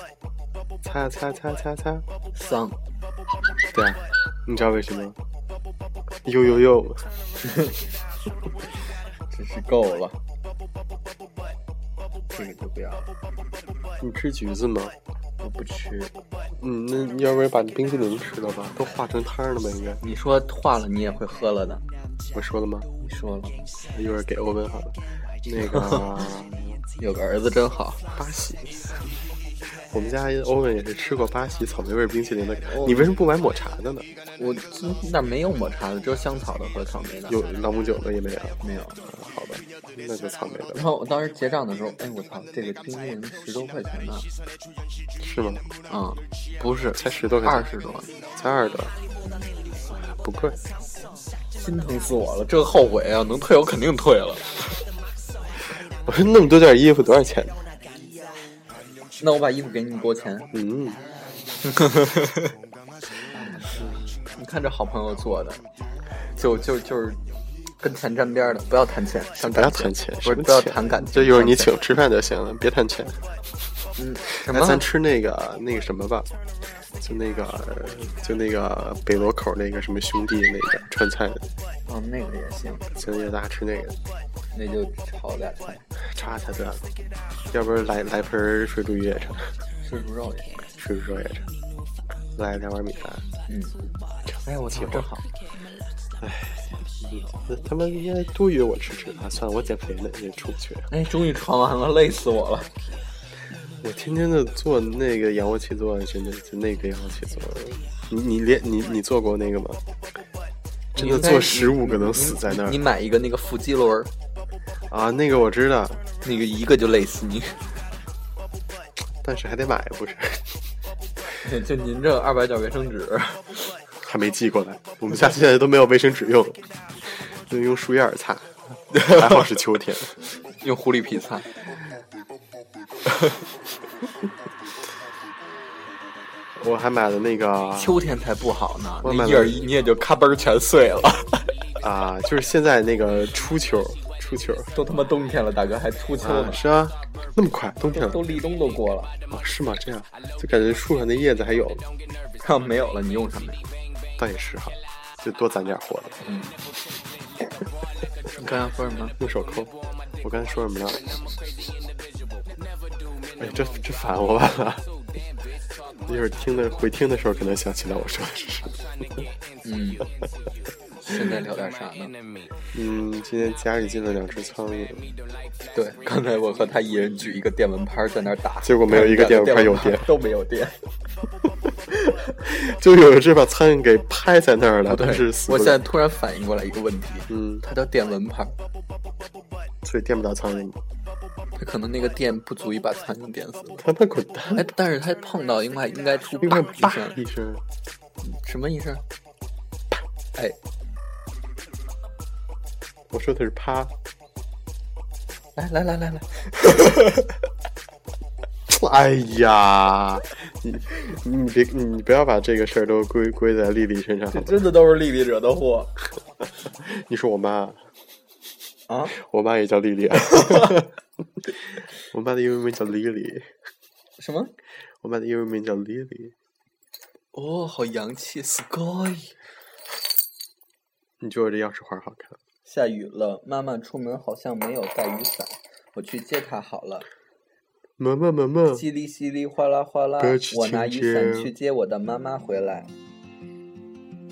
Speaker 1: 猜猜猜猜猜，
Speaker 2: 丧，
Speaker 1: 对啊，你知道为什么？呦呦呦，
Speaker 2: 真是够了。这个就不要了，
Speaker 1: 你吃橘子吗？
Speaker 2: 我不吃。
Speaker 1: 嗯，那要不然把冰淇淋吃了吧，都化成汤了吧？应该
Speaker 2: 你说化了，你也会喝了的。
Speaker 1: 我说了吗？
Speaker 2: 你说了，
Speaker 1: 一会儿给欧文好了。那个
Speaker 2: 有个儿子真好。
Speaker 1: 巴西，我们家欧文也是吃过巴西草莓味冰淇淋的。你为什么不买抹茶的呢？
Speaker 2: 我这那儿没有抹茶的，只有香草的和草莓的。
Speaker 1: 有朗姆酒的也没有。
Speaker 2: 没有？
Speaker 1: 好吧，那就草莓的吧
Speaker 2: 然，后我当时结账的时候，哎，我操，这个冰淇淋十多块钱呢！
Speaker 1: 是吗？
Speaker 2: 啊、不是，
Speaker 1: 才十多块钱，
Speaker 2: 二十多，
Speaker 1: 才二十多，不贵。
Speaker 2: 心疼死我了。这个后悔啊，能退我肯定退了。
Speaker 1: 我说那么多件衣服多少钱？
Speaker 2: 那我把衣服给你，你给我钱。
Speaker 1: 嗯，
Speaker 2: 你看这好朋友做的，就就就是跟钱沾边的，不要谈钱，谈
Speaker 1: 不要
Speaker 2: 感
Speaker 1: 谈钱，
Speaker 2: 不
Speaker 1: 什
Speaker 2: 是
Speaker 1: 么
Speaker 2: 不要
Speaker 1: 钱
Speaker 2: 谈感情。
Speaker 1: 就一会儿你
Speaker 2: 谈钱，
Speaker 1: 请吃饭就行了，别谈钱。
Speaker 2: 嗯，什
Speaker 1: 哎，咱
Speaker 2: 么？
Speaker 1: 吃那个那个什么吧，就那个就那个北锣口那个什么兄弟那个川菜的，
Speaker 2: 哦，那个也行，
Speaker 1: 今天大家吃那个，
Speaker 2: 那就炒俩菜，
Speaker 1: 叉才对，要不然来来盆儿水煮鱼也成，
Speaker 2: 水煮肉也行。
Speaker 1: 水煮肉也成，来两碗米饭。
Speaker 2: 嗯，哎，我操，真好。
Speaker 1: 那他们应该多约我吃吃啊！算了，我减肥呢，也出不去。
Speaker 2: 哎，终于传完了，累死我了。
Speaker 1: 我天天的做那个仰卧起坐，真的就那个仰卧起坐。你你练你你做过那个吗？真的
Speaker 2: 你应该
Speaker 1: 做15个能死在那儿
Speaker 2: 你买一个那个腹肌轮儿，
Speaker 1: 啊，那个我知道，
Speaker 2: 那个一个就累死你。
Speaker 1: 但是还得买，不是？
Speaker 2: 就您这二百角卫生纸，
Speaker 1: 还没寄过来，我们家现在都没有卫生纸用，就用树叶儿擦。 还好是秋天。
Speaker 2: 用狐狸皮擦。
Speaker 1: 我还买了那个
Speaker 2: 秋天才不好呢，
Speaker 1: 我买了
Speaker 2: 那一耳一捏就咔嘣儿全碎了。
Speaker 1: 啊，就是现在那个初秋，初秋
Speaker 2: 都他妈冬天了，大哥还初秋
Speaker 1: 啊
Speaker 2: 呢，，
Speaker 1: 是啊，那么快，冬天
Speaker 2: 都
Speaker 1: 了
Speaker 2: 都立冬都过了，
Speaker 1: 啊，是吗？这样就感觉树上的叶子还有，啊
Speaker 2: 看 没有了，你用什么呀？
Speaker 1: 倒也是哈，就多攒点活的。
Speaker 2: 你刚才说什么？
Speaker 1: 用手抠，我刚才说什么了？哎，这这烦我完了。一会儿听的回听的时候，可能想起来我说的是什么。
Speaker 2: 嗯，现在聊点啥呢？
Speaker 1: 嗯，今天家里进了两只苍蝇，
Speaker 2: 对，刚才我和他一人举一个电蚊拍在那儿打，
Speaker 1: 结果没有一个电蚊拍有电
Speaker 2: 电，都没有 电。
Speaker 1: 就有一只把苍蝇给拍在那儿了，啊但是死
Speaker 2: 我
Speaker 1: 不
Speaker 2: 现在
Speaker 1: 了。
Speaker 2: 突然反应过来一个问题，
Speaker 1: 嗯，
Speaker 2: 它叫电蚊拍，
Speaker 1: 所以电不到苍蝇。
Speaker 2: 它可能那个电不足以把苍蝇电死。
Speaker 1: 他妈滚蛋！
Speaker 2: 哎，但是它碰到应该应该出
Speaker 1: 另外
Speaker 2: 啪
Speaker 1: 叭
Speaker 2: 一声，
Speaker 1: 一声，
Speaker 2: 什么一声？啪！哎，
Speaker 1: 我说的是啪，
Speaker 2: 来来来来来，
Speaker 1: 哎呀，你你别你不要把这个事儿都归归在 丽丽身上好
Speaker 2: 这
Speaker 1: 吧？
Speaker 2: 真的都是丽丽惹的祸。
Speaker 1: 你是我妈，
Speaker 2: 啊，
Speaker 1: 我妈也叫丽丽 啊，我妈的英文名叫 Lily，
Speaker 2: 什么？
Speaker 1: 我妈的英文名叫 Lily。
Speaker 2: 哦，好洋气，sky。
Speaker 1: 你觉得我这钥匙环好看？
Speaker 2: 下雨了，妈妈出门好像没有带雨伞，我去接她好了。
Speaker 1: 萌萌萌萌，
Speaker 2: 淅沥淅沥，哗啦哗啦
Speaker 1: 歌曲，
Speaker 2: 我拿雨
Speaker 1: 情
Speaker 2: 伞
Speaker 1: 节
Speaker 2: 去接我的妈妈回来。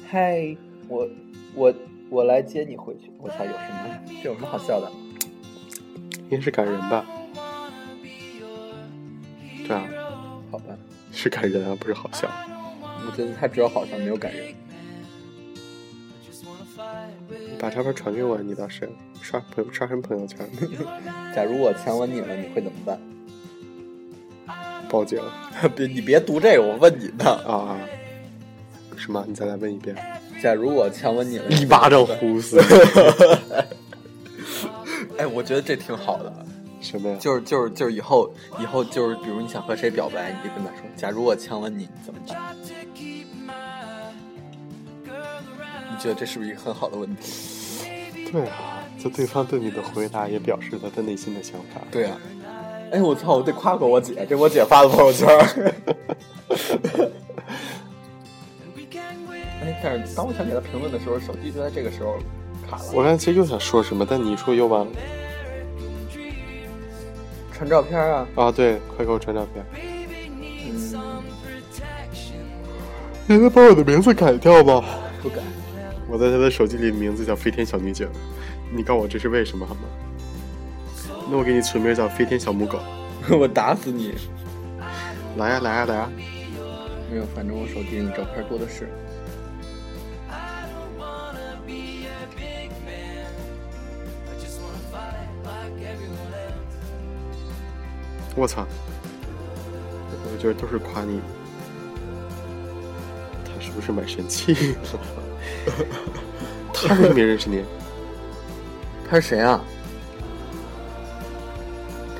Speaker 2: 嗨，我我我来接你回去。我操，有什么？这有什么好笑的？
Speaker 1: 应该是感人吧？对啊，
Speaker 2: 好吧，
Speaker 1: 是感人啊，不是好笑。
Speaker 2: 我觉得他只有好笑，没有感人。
Speaker 1: 把照片传给我，你倒是刷朋友刷什么朋友圈？
Speaker 2: 假如我强吻你了，你会怎么办？
Speaker 1: 报警
Speaker 2: 别你别读这个，我问你呢。
Speaker 1: 啊？什么？你再来问一遍？
Speaker 2: 假如我强吻你了，你
Speaker 1: 一巴掌呼死！
Speaker 2: 哎，我觉得这挺好的。
Speaker 1: 什么呀？
Speaker 2: 就是就是就是以后以后就是，比如你想和谁表白，你就跟他说，假如我强吻你，怎么办？你觉得这是不是一个很好的问题？
Speaker 1: 对啊，就对方对你的回答也表示了他内心的想法。
Speaker 2: 对啊，哎，我操，我得夸夸我姐，这我姐发的朋友圈儿。 哎，但是当我想给她评论的时候，手机就在这个时候卡了。
Speaker 1: 我刚才其实又想说什么，但你一说又忘了。
Speaker 2: 传照片啊，
Speaker 1: 啊，对，快给我传照片。
Speaker 2: 嗯，
Speaker 1: 你能把我的名字改掉吗？
Speaker 2: 不敢。
Speaker 1: 我在他的手机里的名字叫飞天小女警，你告我这是为什么好吗？那我给你存名叫飞天小母狗。
Speaker 2: 我打死你！
Speaker 1: 来呀、来呀、来呀、
Speaker 2: 没有，反正我手机里照片多的是。
Speaker 1: 我操！我觉得都是夸你。他是不是买神器了？ 他是没认识你，
Speaker 2: 他是谁啊？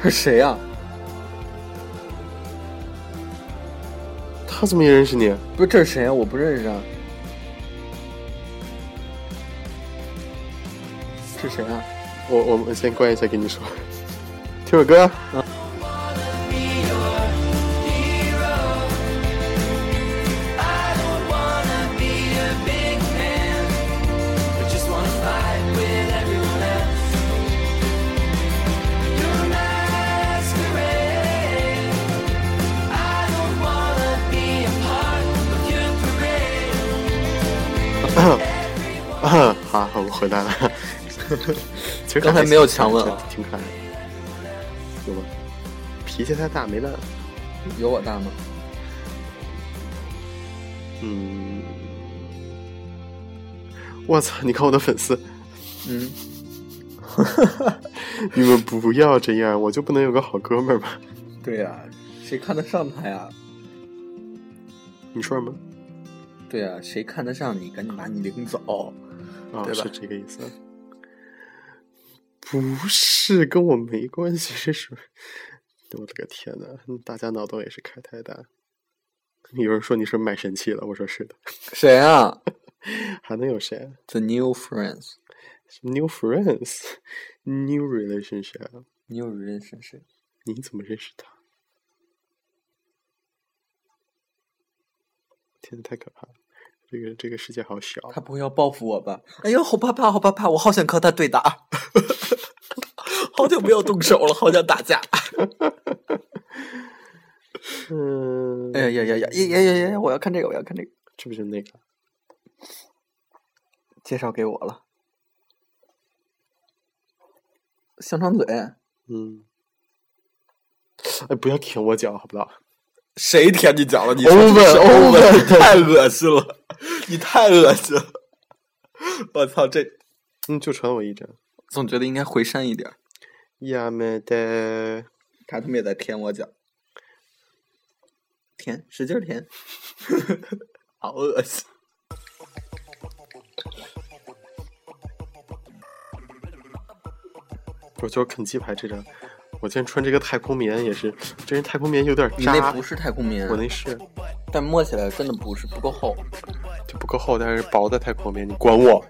Speaker 2: 他是谁啊？
Speaker 1: 他怎么也认识你？
Speaker 2: 不是这是谁啊？我不认识啊。这是谁啊？
Speaker 1: 我我们先关一下，跟你说，听首歌啊。啊，好，我回来了。其实
Speaker 2: 刚才没有强吻啊
Speaker 1: 挺可爱的。有吗？脾气太大没办法。
Speaker 2: 有我大吗？
Speaker 1: 嗯，我操！你看我的粉丝，
Speaker 2: 嗯，
Speaker 1: 你们不要这样，我就不能有个好哥们儿吗？
Speaker 2: 对呀、谁看得上他呀？
Speaker 1: 你说什么？
Speaker 2: 对呀、谁看得上你？赶紧把你领走。
Speaker 1: 啊、
Speaker 2: 对吧
Speaker 1: 是这个意思。不是，跟我没关系，这是。我的个天呐，大家脑洞也是开太大。有人说你是卖神器了，我说是的，
Speaker 2: 谁啊
Speaker 1: 还能有谁啊？
Speaker 2: ？The new friends，
Speaker 1: New friends, new relationship，
Speaker 2: 你有认识谁？
Speaker 1: 你怎么认识他？天呐，太可怕了！这个这个世界好小，
Speaker 2: 他不会要报复我吧？哎呦，好怕怕，好怕怕！我好想和他对打， 好久没有动手了，好想打架。
Speaker 1: 嗯，
Speaker 2: 哎呀呀呀呀呀呀呀呀！我要看这个，我要看这个，
Speaker 1: 这不就那个？
Speaker 2: 介绍给我了。香肠嘴，
Speaker 1: 嗯，哎，不要舔我脚，好不好？
Speaker 2: 谁舔你脚了？你
Speaker 1: Owen，Owen
Speaker 2: 太恶心了，你太恶心了！我操，这
Speaker 1: 嗯，就传我一张。
Speaker 2: 总觉得应该回山一点。
Speaker 1: 亚美的，
Speaker 2: 他他妈也在舔我脚，舔，使劲儿舔，好恶心。
Speaker 1: 我就是啃鸡排这张。我今天穿这个太空棉也是，这人太空棉有点
Speaker 2: 你
Speaker 1: 扎，
Speaker 2: 那不是太空棉，
Speaker 1: 我那是
Speaker 2: 但摸起来真的不是不够厚。
Speaker 1: 就不够 厚，但是薄的太空棉。你管我？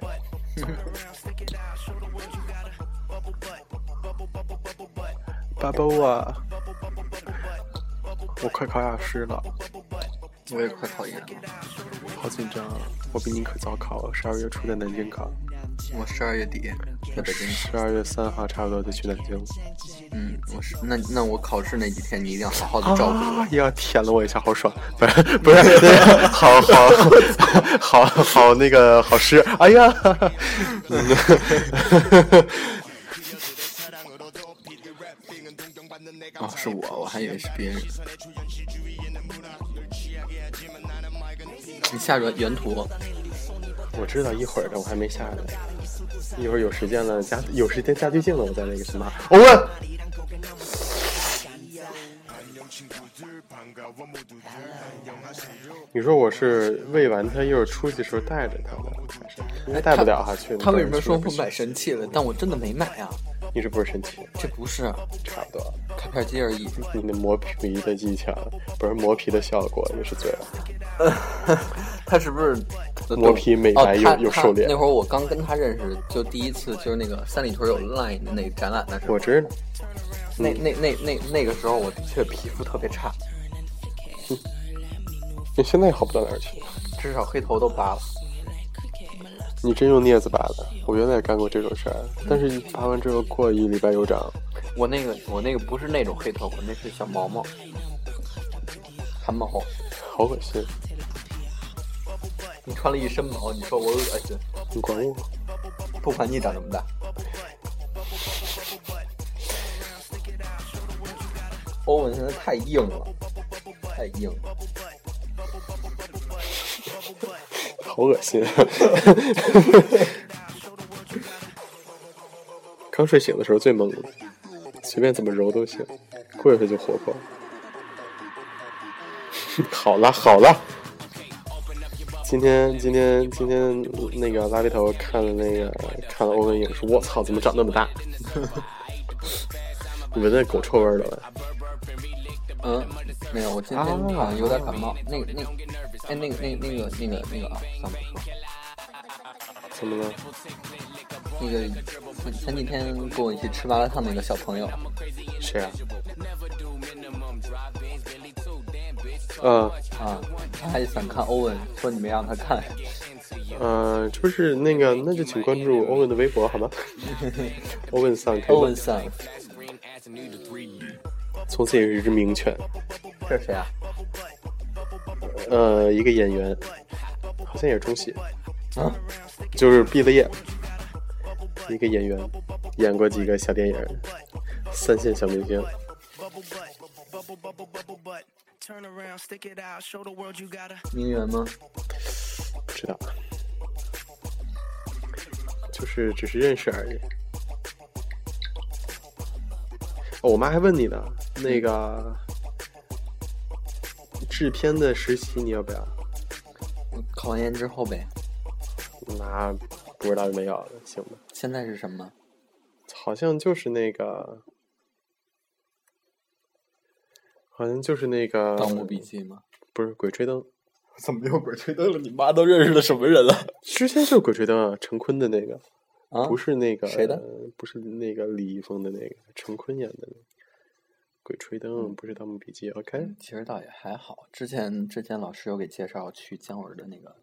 Speaker 1: 大包啊，我快考雅思了，
Speaker 2: 我也快考研了，
Speaker 1: 好紧张啊！我比你可早考了，十二月初在南京考，
Speaker 2: 我十二月底在北京。
Speaker 1: 十二月三号差不多就去南京。
Speaker 2: 嗯，我是那那我考试那几天你一定要好好的照顾我。
Speaker 1: 啊！呀，舔了我一下，好爽！不是不是，那个好好好好好那个好湿！哎呀，嗯
Speaker 2: 哦，是我，我还以为是别人。你下原原图，
Speaker 1: 我知道一会儿的，我还没下来。一会儿有时间了，加有时间加滤镜了，我再那个什么。欧文，你说我是喂完它，一会儿出去的时候带着它吗？还是应该带不了哈？去
Speaker 2: 哎他为什么说我买神器了？但我真的没买啊，
Speaker 1: 你这不是神奇？
Speaker 2: 这不是
Speaker 1: 差不多，
Speaker 2: 开片机而 已。
Speaker 1: 你那磨皮的技巧不是磨皮的效果，也是醉了。
Speaker 2: 他是不是
Speaker 1: 磨皮美白又
Speaker 2: 哦他
Speaker 1: 又瘦脸
Speaker 2: 他那会儿我刚跟他认识，就第一次就是那个三里屯有 LINE 的那个展览的时候，
Speaker 1: 我知嗯道，
Speaker 2: 那那那那那个时候我的确皮肤特别差，
Speaker 1: 你现在也好不到哪儿去。
Speaker 2: 至少黑头都拔了。
Speaker 1: 你真用镊子拔的？我原来也干过这种事儿，但是拔完之后过一礼拜又长。
Speaker 2: 我那个我那个不是那种黑头，我那是小毛毛，汗毛。
Speaker 1: 好恶心！
Speaker 2: 你穿了一身毛，你说我恶心？
Speaker 1: 你管我？
Speaker 2: 不管你长这么大。欧文现在太硬了，太硬了。
Speaker 1: 好恶心！啊刚睡醒的时候最猛了，随便怎么揉都行，过一会儿就活泼了。 好了好了，今天今天今天那个拉力头看了那个看了欧文影说，我操，怎么长那么大？ 你闻那狗臭味儿了吧？
Speaker 2: 嗯，没有，我今天好像有点感冒。那个、那个，哎，那个、那个、那个、那个、那个啊，算了不说。
Speaker 1: 怎么了？
Speaker 2: 那个前前几天跟我一起吃麻辣烫那个小朋友，
Speaker 1: 谁啊？嗯、
Speaker 2: 啊，他还想看欧文，说你没让他看。
Speaker 1: 呃，这不是那个，那就请关注欧文的微博好吗？欧文桑开
Speaker 2: 欧文
Speaker 1: 的，
Speaker 2: 桑，
Speaker 1: 从此也是一只名犬。
Speaker 2: 这是谁啊？
Speaker 1: 呃，一个演员，好像也是中戏，
Speaker 2: 啊，
Speaker 1: 就是毕了业，一个演员，演过几个小电影，三线小明星。
Speaker 3: bubble butt, bubble, bubble, bubble butt. Turn around, stick it out, show the world you gotta.
Speaker 2: 名媛吗？
Speaker 1: 不知道，就是只是认识而已。哦，我妈还问你呢，那个制片的实习你要不要？
Speaker 2: 考完研之后呗。
Speaker 1: 那不知道有没有，行吧？
Speaker 2: 现在是什么？
Speaker 1: 好像就是那个，好像就是那个
Speaker 2: 《盗墓笔记》吗？
Speaker 1: 不是《鬼吹灯》，
Speaker 2: 呃怎么又鬼吹灯了？你妈都认识了什么人了？
Speaker 1: 之前就是《鬼吹灯》啊，陈坤的那个，
Speaker 2: 啊，
Speaker 1: 不，是那个
Speaker 2: 谁的
Speaker 1: 不是那个李易峰的那个，陈坤演的那个《鬼吹灯》，
Speaker 2: 嗯
Speaker 1: 不是《盗墓笔记》。OK，
Speaker 2: 其实倒也还好。之前之前老师有给介绍去姜文的那个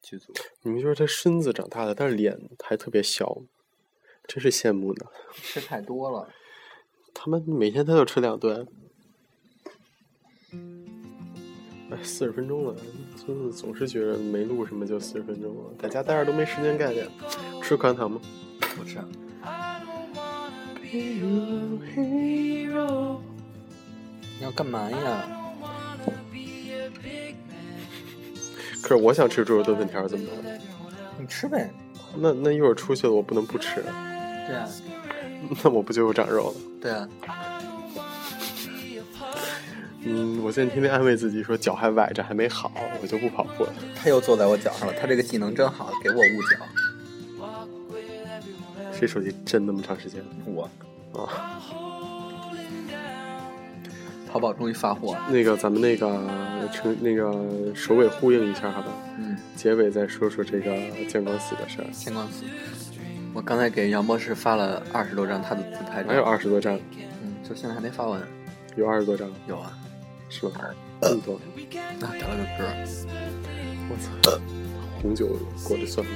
Speaker 2: 剧组，
Speaker 1: 你们就是他身子长大了，但是脸还特别小，真是羡慕呢。
Speaker 2: 吃太多了。
Speaker 1: 他们每天他就吃两顿。哎，四十分钟了，真的总是觉得没录什么就四十分钟了，在家待着都没时间干点。吃口香糖吗？
Speaker 2: 不是，你要干嘛呀？
Speaker 1: 可是我想吃猪肉炖粉条怎么办？
Speaker 2: 你吃呗。
Speaker 1: 那那一会儿出去了，我不能不吃，
Speaker 2: 对啊，
Speaker 1: 那我不就又长肉了？
Speaker 2: 对啊，
Speaker 1: 嗯，我现在天天安慰自己说脚还崴着，还没好，我就不跑步了。
Speaker 2: 他又坐在我脚上了。他这个技能真好，给我捂脚。
Speaker 1: 谁手机震那么长时间
Speaker 2: 我
Speaker 1: 啊？
Speaker 2: 淘宝终于发货了。
Speaker 1: 那个咱们那个成那个首尾呼应一下，好吧？
Speaker 2: 嗯，
Speaker 1: 结尾再说说这个见光死的事儿。
Speaker 2: 天光死。我刚才给杨博士发了二十多张他的自拍照，
Speaker 1: 还有二十多张，
Speaker 2: 嗯，就现在还没发完。
Speaker 1: 有二十多张，
Speaker 2: 有啊，
Speaker 1: 是吧？这么多，
Speaker 2: 那点了个歌，
Speaker 1: 我操！红酒裹着蒜吗？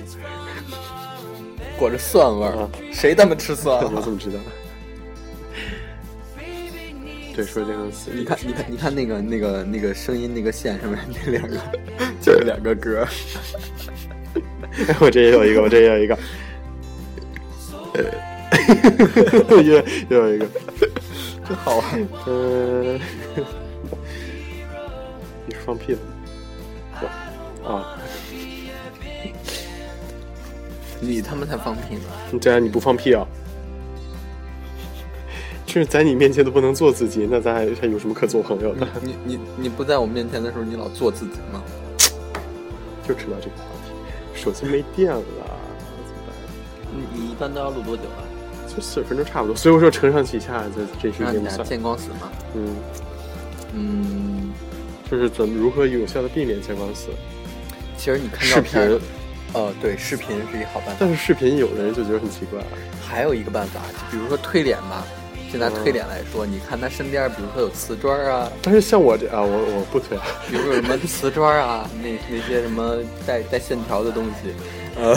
Speaker 2: 裹着蒜味儿
Speaker 1: 啊，
Speaker 2: 谁他妈吃蒜
Speaker 1: 我
Speaker 2: 啊？
Speaker 1: 怎么知道？ 对，说健康词，
Speaker 2: 你看，你看，你看那个那个那个声音那个线上面那 两个，就是两个歌。
Speaker 1: 我这也有一个，我这也有一个，呃， 也也有一个，真好玩。呃， 你是放屁了？我啊，
Speaker 2: 你他妈才放屁呢！
Speaker 1: 你既然你不放屁啊？就是在你面前都不能做自己，那咱还还有什么可做朋友的？
Speaker 2: 你你你不在我面前的时候，你老做自己吗？
Speaker 1: 就知道这个话题，手机没电了，怎么办？
Speaker 2: 你你一般都要录多久啊？
Speaker 1: 就四十分钟差不多，所以我说承上启下，这这期
Speaker 2: 那
Speaker 1: 节
Speaker 2: 你
Speaker 1: 目
Speaker 2: 俩
Speaker 1: 算，
Speaker 2: 见光死吗？
Speaker 1: 嗯。
Speaker 2: 嗯，
Speaker 1: 就是怎么如何有效的避免见光死。
Speaker 2: 其实你看
Speaker 1: 视
Speaker 2: 照片
Speaker 1: 频，
Speaker 2: 呃，对，视频是一好办法。
Speaker 1: 但是视频有的人就觉得很奇怪，啊
Speaker 2: 还有一个办法，就比如说推脸吧，就
Speaker 1: 嗯
Speaker 2: 拿推脸来说，你看他身边，比如说有瓷砖啊，
Speaker 1: 但是像我这啊，我我不推，
Speaker 2: 比如说有什么瓷砖啊， 那那些什么带带线条的东西，呃，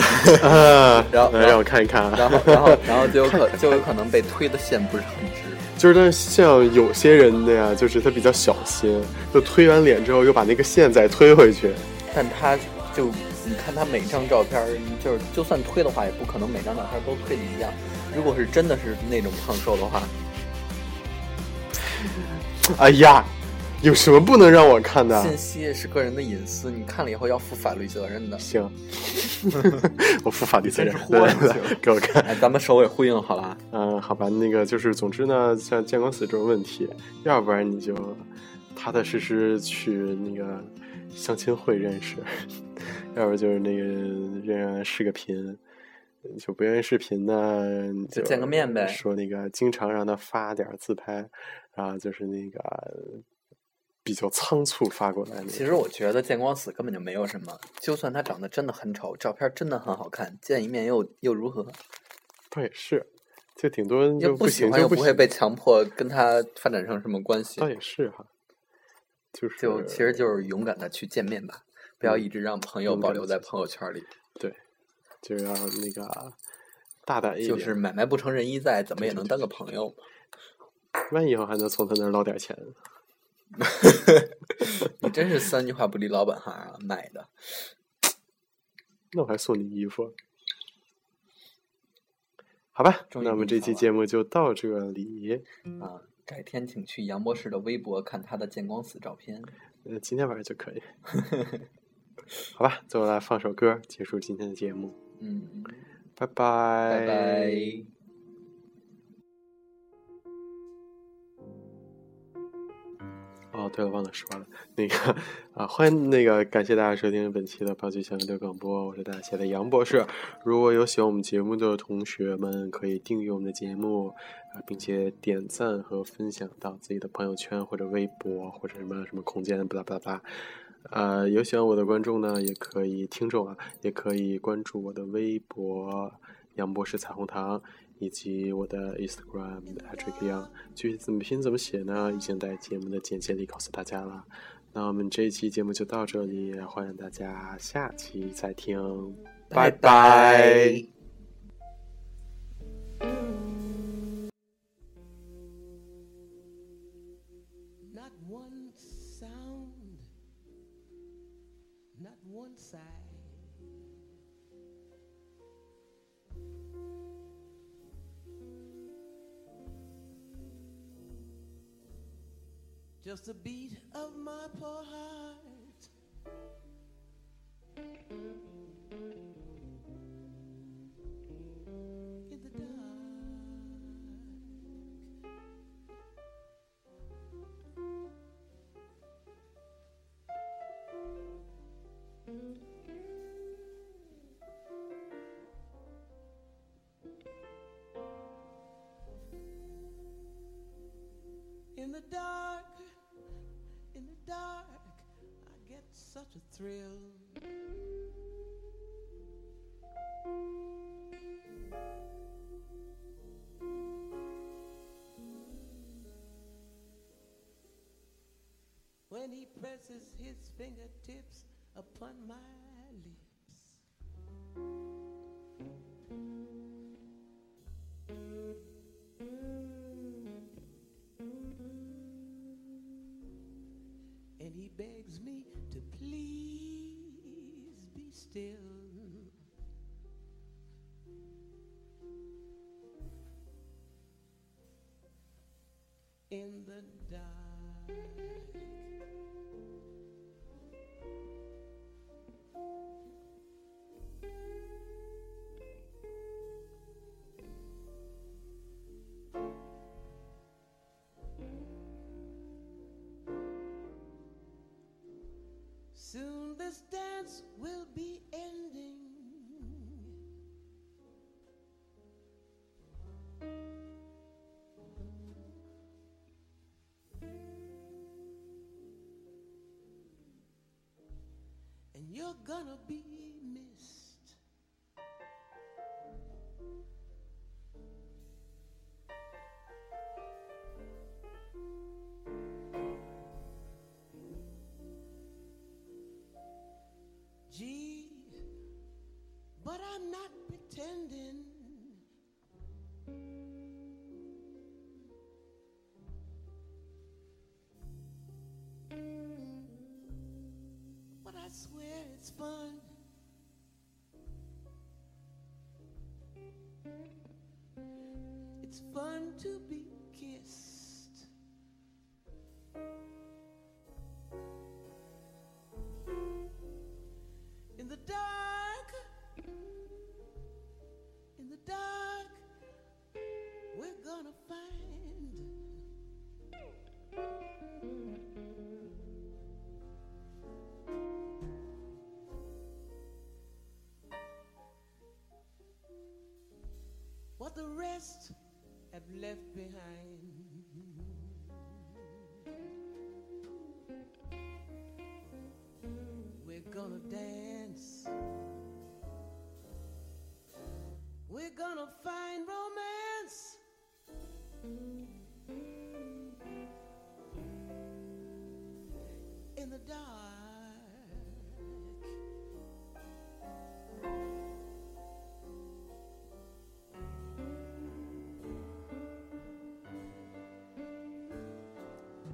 Speaker 1: 啊，
Speaker 2: 然后
Speaker 1: 来让我看一看啊，
Speaker 2: 然后然后然后就有可就有可能被推的线不是很直。
Speaker 1: 就是但是像有些人的呀，就是他比较小心，就推完脸之后又把那个线再推回去，
Speaker 2: 但他就你看他每张照片儿，就是就算推的话，也不可能每张照片都推的一样。如果是真的是那种胖瘦的话，
Speaker 1: 哎呀，有什么不能让我看的？
Speaker 2: 信息是个人的隐私，你看了以后要负法律责任的。
Speaker 1: 行， 我负法律责任
Speaker 2: 真是，豁
Speaker 1: 来
Speaker 2: 出
Speaker 1: 来
Speaker 2: 去了
Speaker 1: 来，给我看。
Speaker 2: 哎，咱们首尾呼应好了，啊
Speaker 1: 嗯，好吧，那个就是，总之呢，像见光死这种问题，要不然你就踏踏实实去那个相亲会认识， 要不就是那个仍然视个频，就不愿意视频呢，你
Speaker 2: 就见个面呗
Speaker 1: 说那个经常让他发点儿自拍，啊，就是那个呃比较仓促发过来那种。
Speaker 2: 其实我觉得见光死根本就没有什么，就算他长得真的很丑，照片真的很好看，见一面又又如何？
Speaker 1: 倒也是，就顶多
Speaker 2: 又
Speaker 1: 就不
Speaker 2: 喜
Speaker 1: 行
Speaker 2: 欢又
Speaker 1: 就
Speaker 2: 不会
Speaker 1: 行
Speaker 2: 被强迫跟他发展成什么关系
Speaker 1: 倒，也是哈，就是
Speaker 2: 就其实就是嗯勇敢的去见面吧，不要一直让朋友
Speaker 1: 勇敢
Speaker 2: 保
Speaker 1: 地
Speaker 2: 留在朋友圈里。
Speaker 1: 对，就要那个大胆一点，
Speaker 2: 就是买卖不成仁义在，怎么也能当个朋友嘛。
Speaker 1: 万一以后还能从他那儿捞点钱。
Speaker 2: 你真是三句话不离老本行啊，买的。
Speaker 1: 那我还送你衣服，好吧？
Speaker 2: 终于
Speaker 1: 那我们
Speaker 2: 明
Speaker 1: 这
Speaker 2: 白
Speaker 1: 期
Speaker 2: 了
Speaker 1: 节目就到这里。
Speaker 2: 啊，改天请去杨博士的微博看他的见光死照片。
Speaker 1: 呃，今天晚上就 可以，好吧？最后来放首歌结束今天的节目，
Speaker 2: 嗯，
Speaker 1: 拜拜，拜
Speaker 2: 拜拜。
Speaker 1: 哦，对了，忘了说了，那个啊，欢迎那个感谢大家收听本期的八局祥的广播，我是大写的杨博士。如果有喜欢我们节目的同学们，可以订阅我们的节目啊，并且点赞和分享到自己的朋友圈或者微博或者什么什么空间，巴拉巴拉巴拉。呃，有喜欢我的观众呢，也可以听众啊，也可以关注我的微博杨博士彩虹糖，以及我的 Instagram Patrick Yang。具体怎么拼怎么写呢？已经在节目的简介里告诉大家了。那我们这一期节目就到这里，欢迎大家下期再听，拜拜
Speaker 4: Not one sound, not one sigh. Just a beat of my poor heart. In the dark. In the dark, in the dark, I get such a thrill. presses his fingertips upon my lips. And he begs me to please be still. in the dark. Soon this dance will be ending. and you're gonna be missed. Gee, but I'm not pretending. But I swear it's fun. It's fun to be kissed. In the dark, in the dark, we're gonna find. what the rest have left behind. We're gonna dance. We're gonna find romance. In the dark.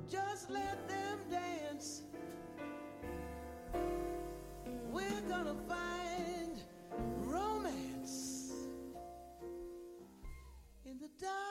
Speaker 4: Just let them dance. We're gonna find romance in the dark.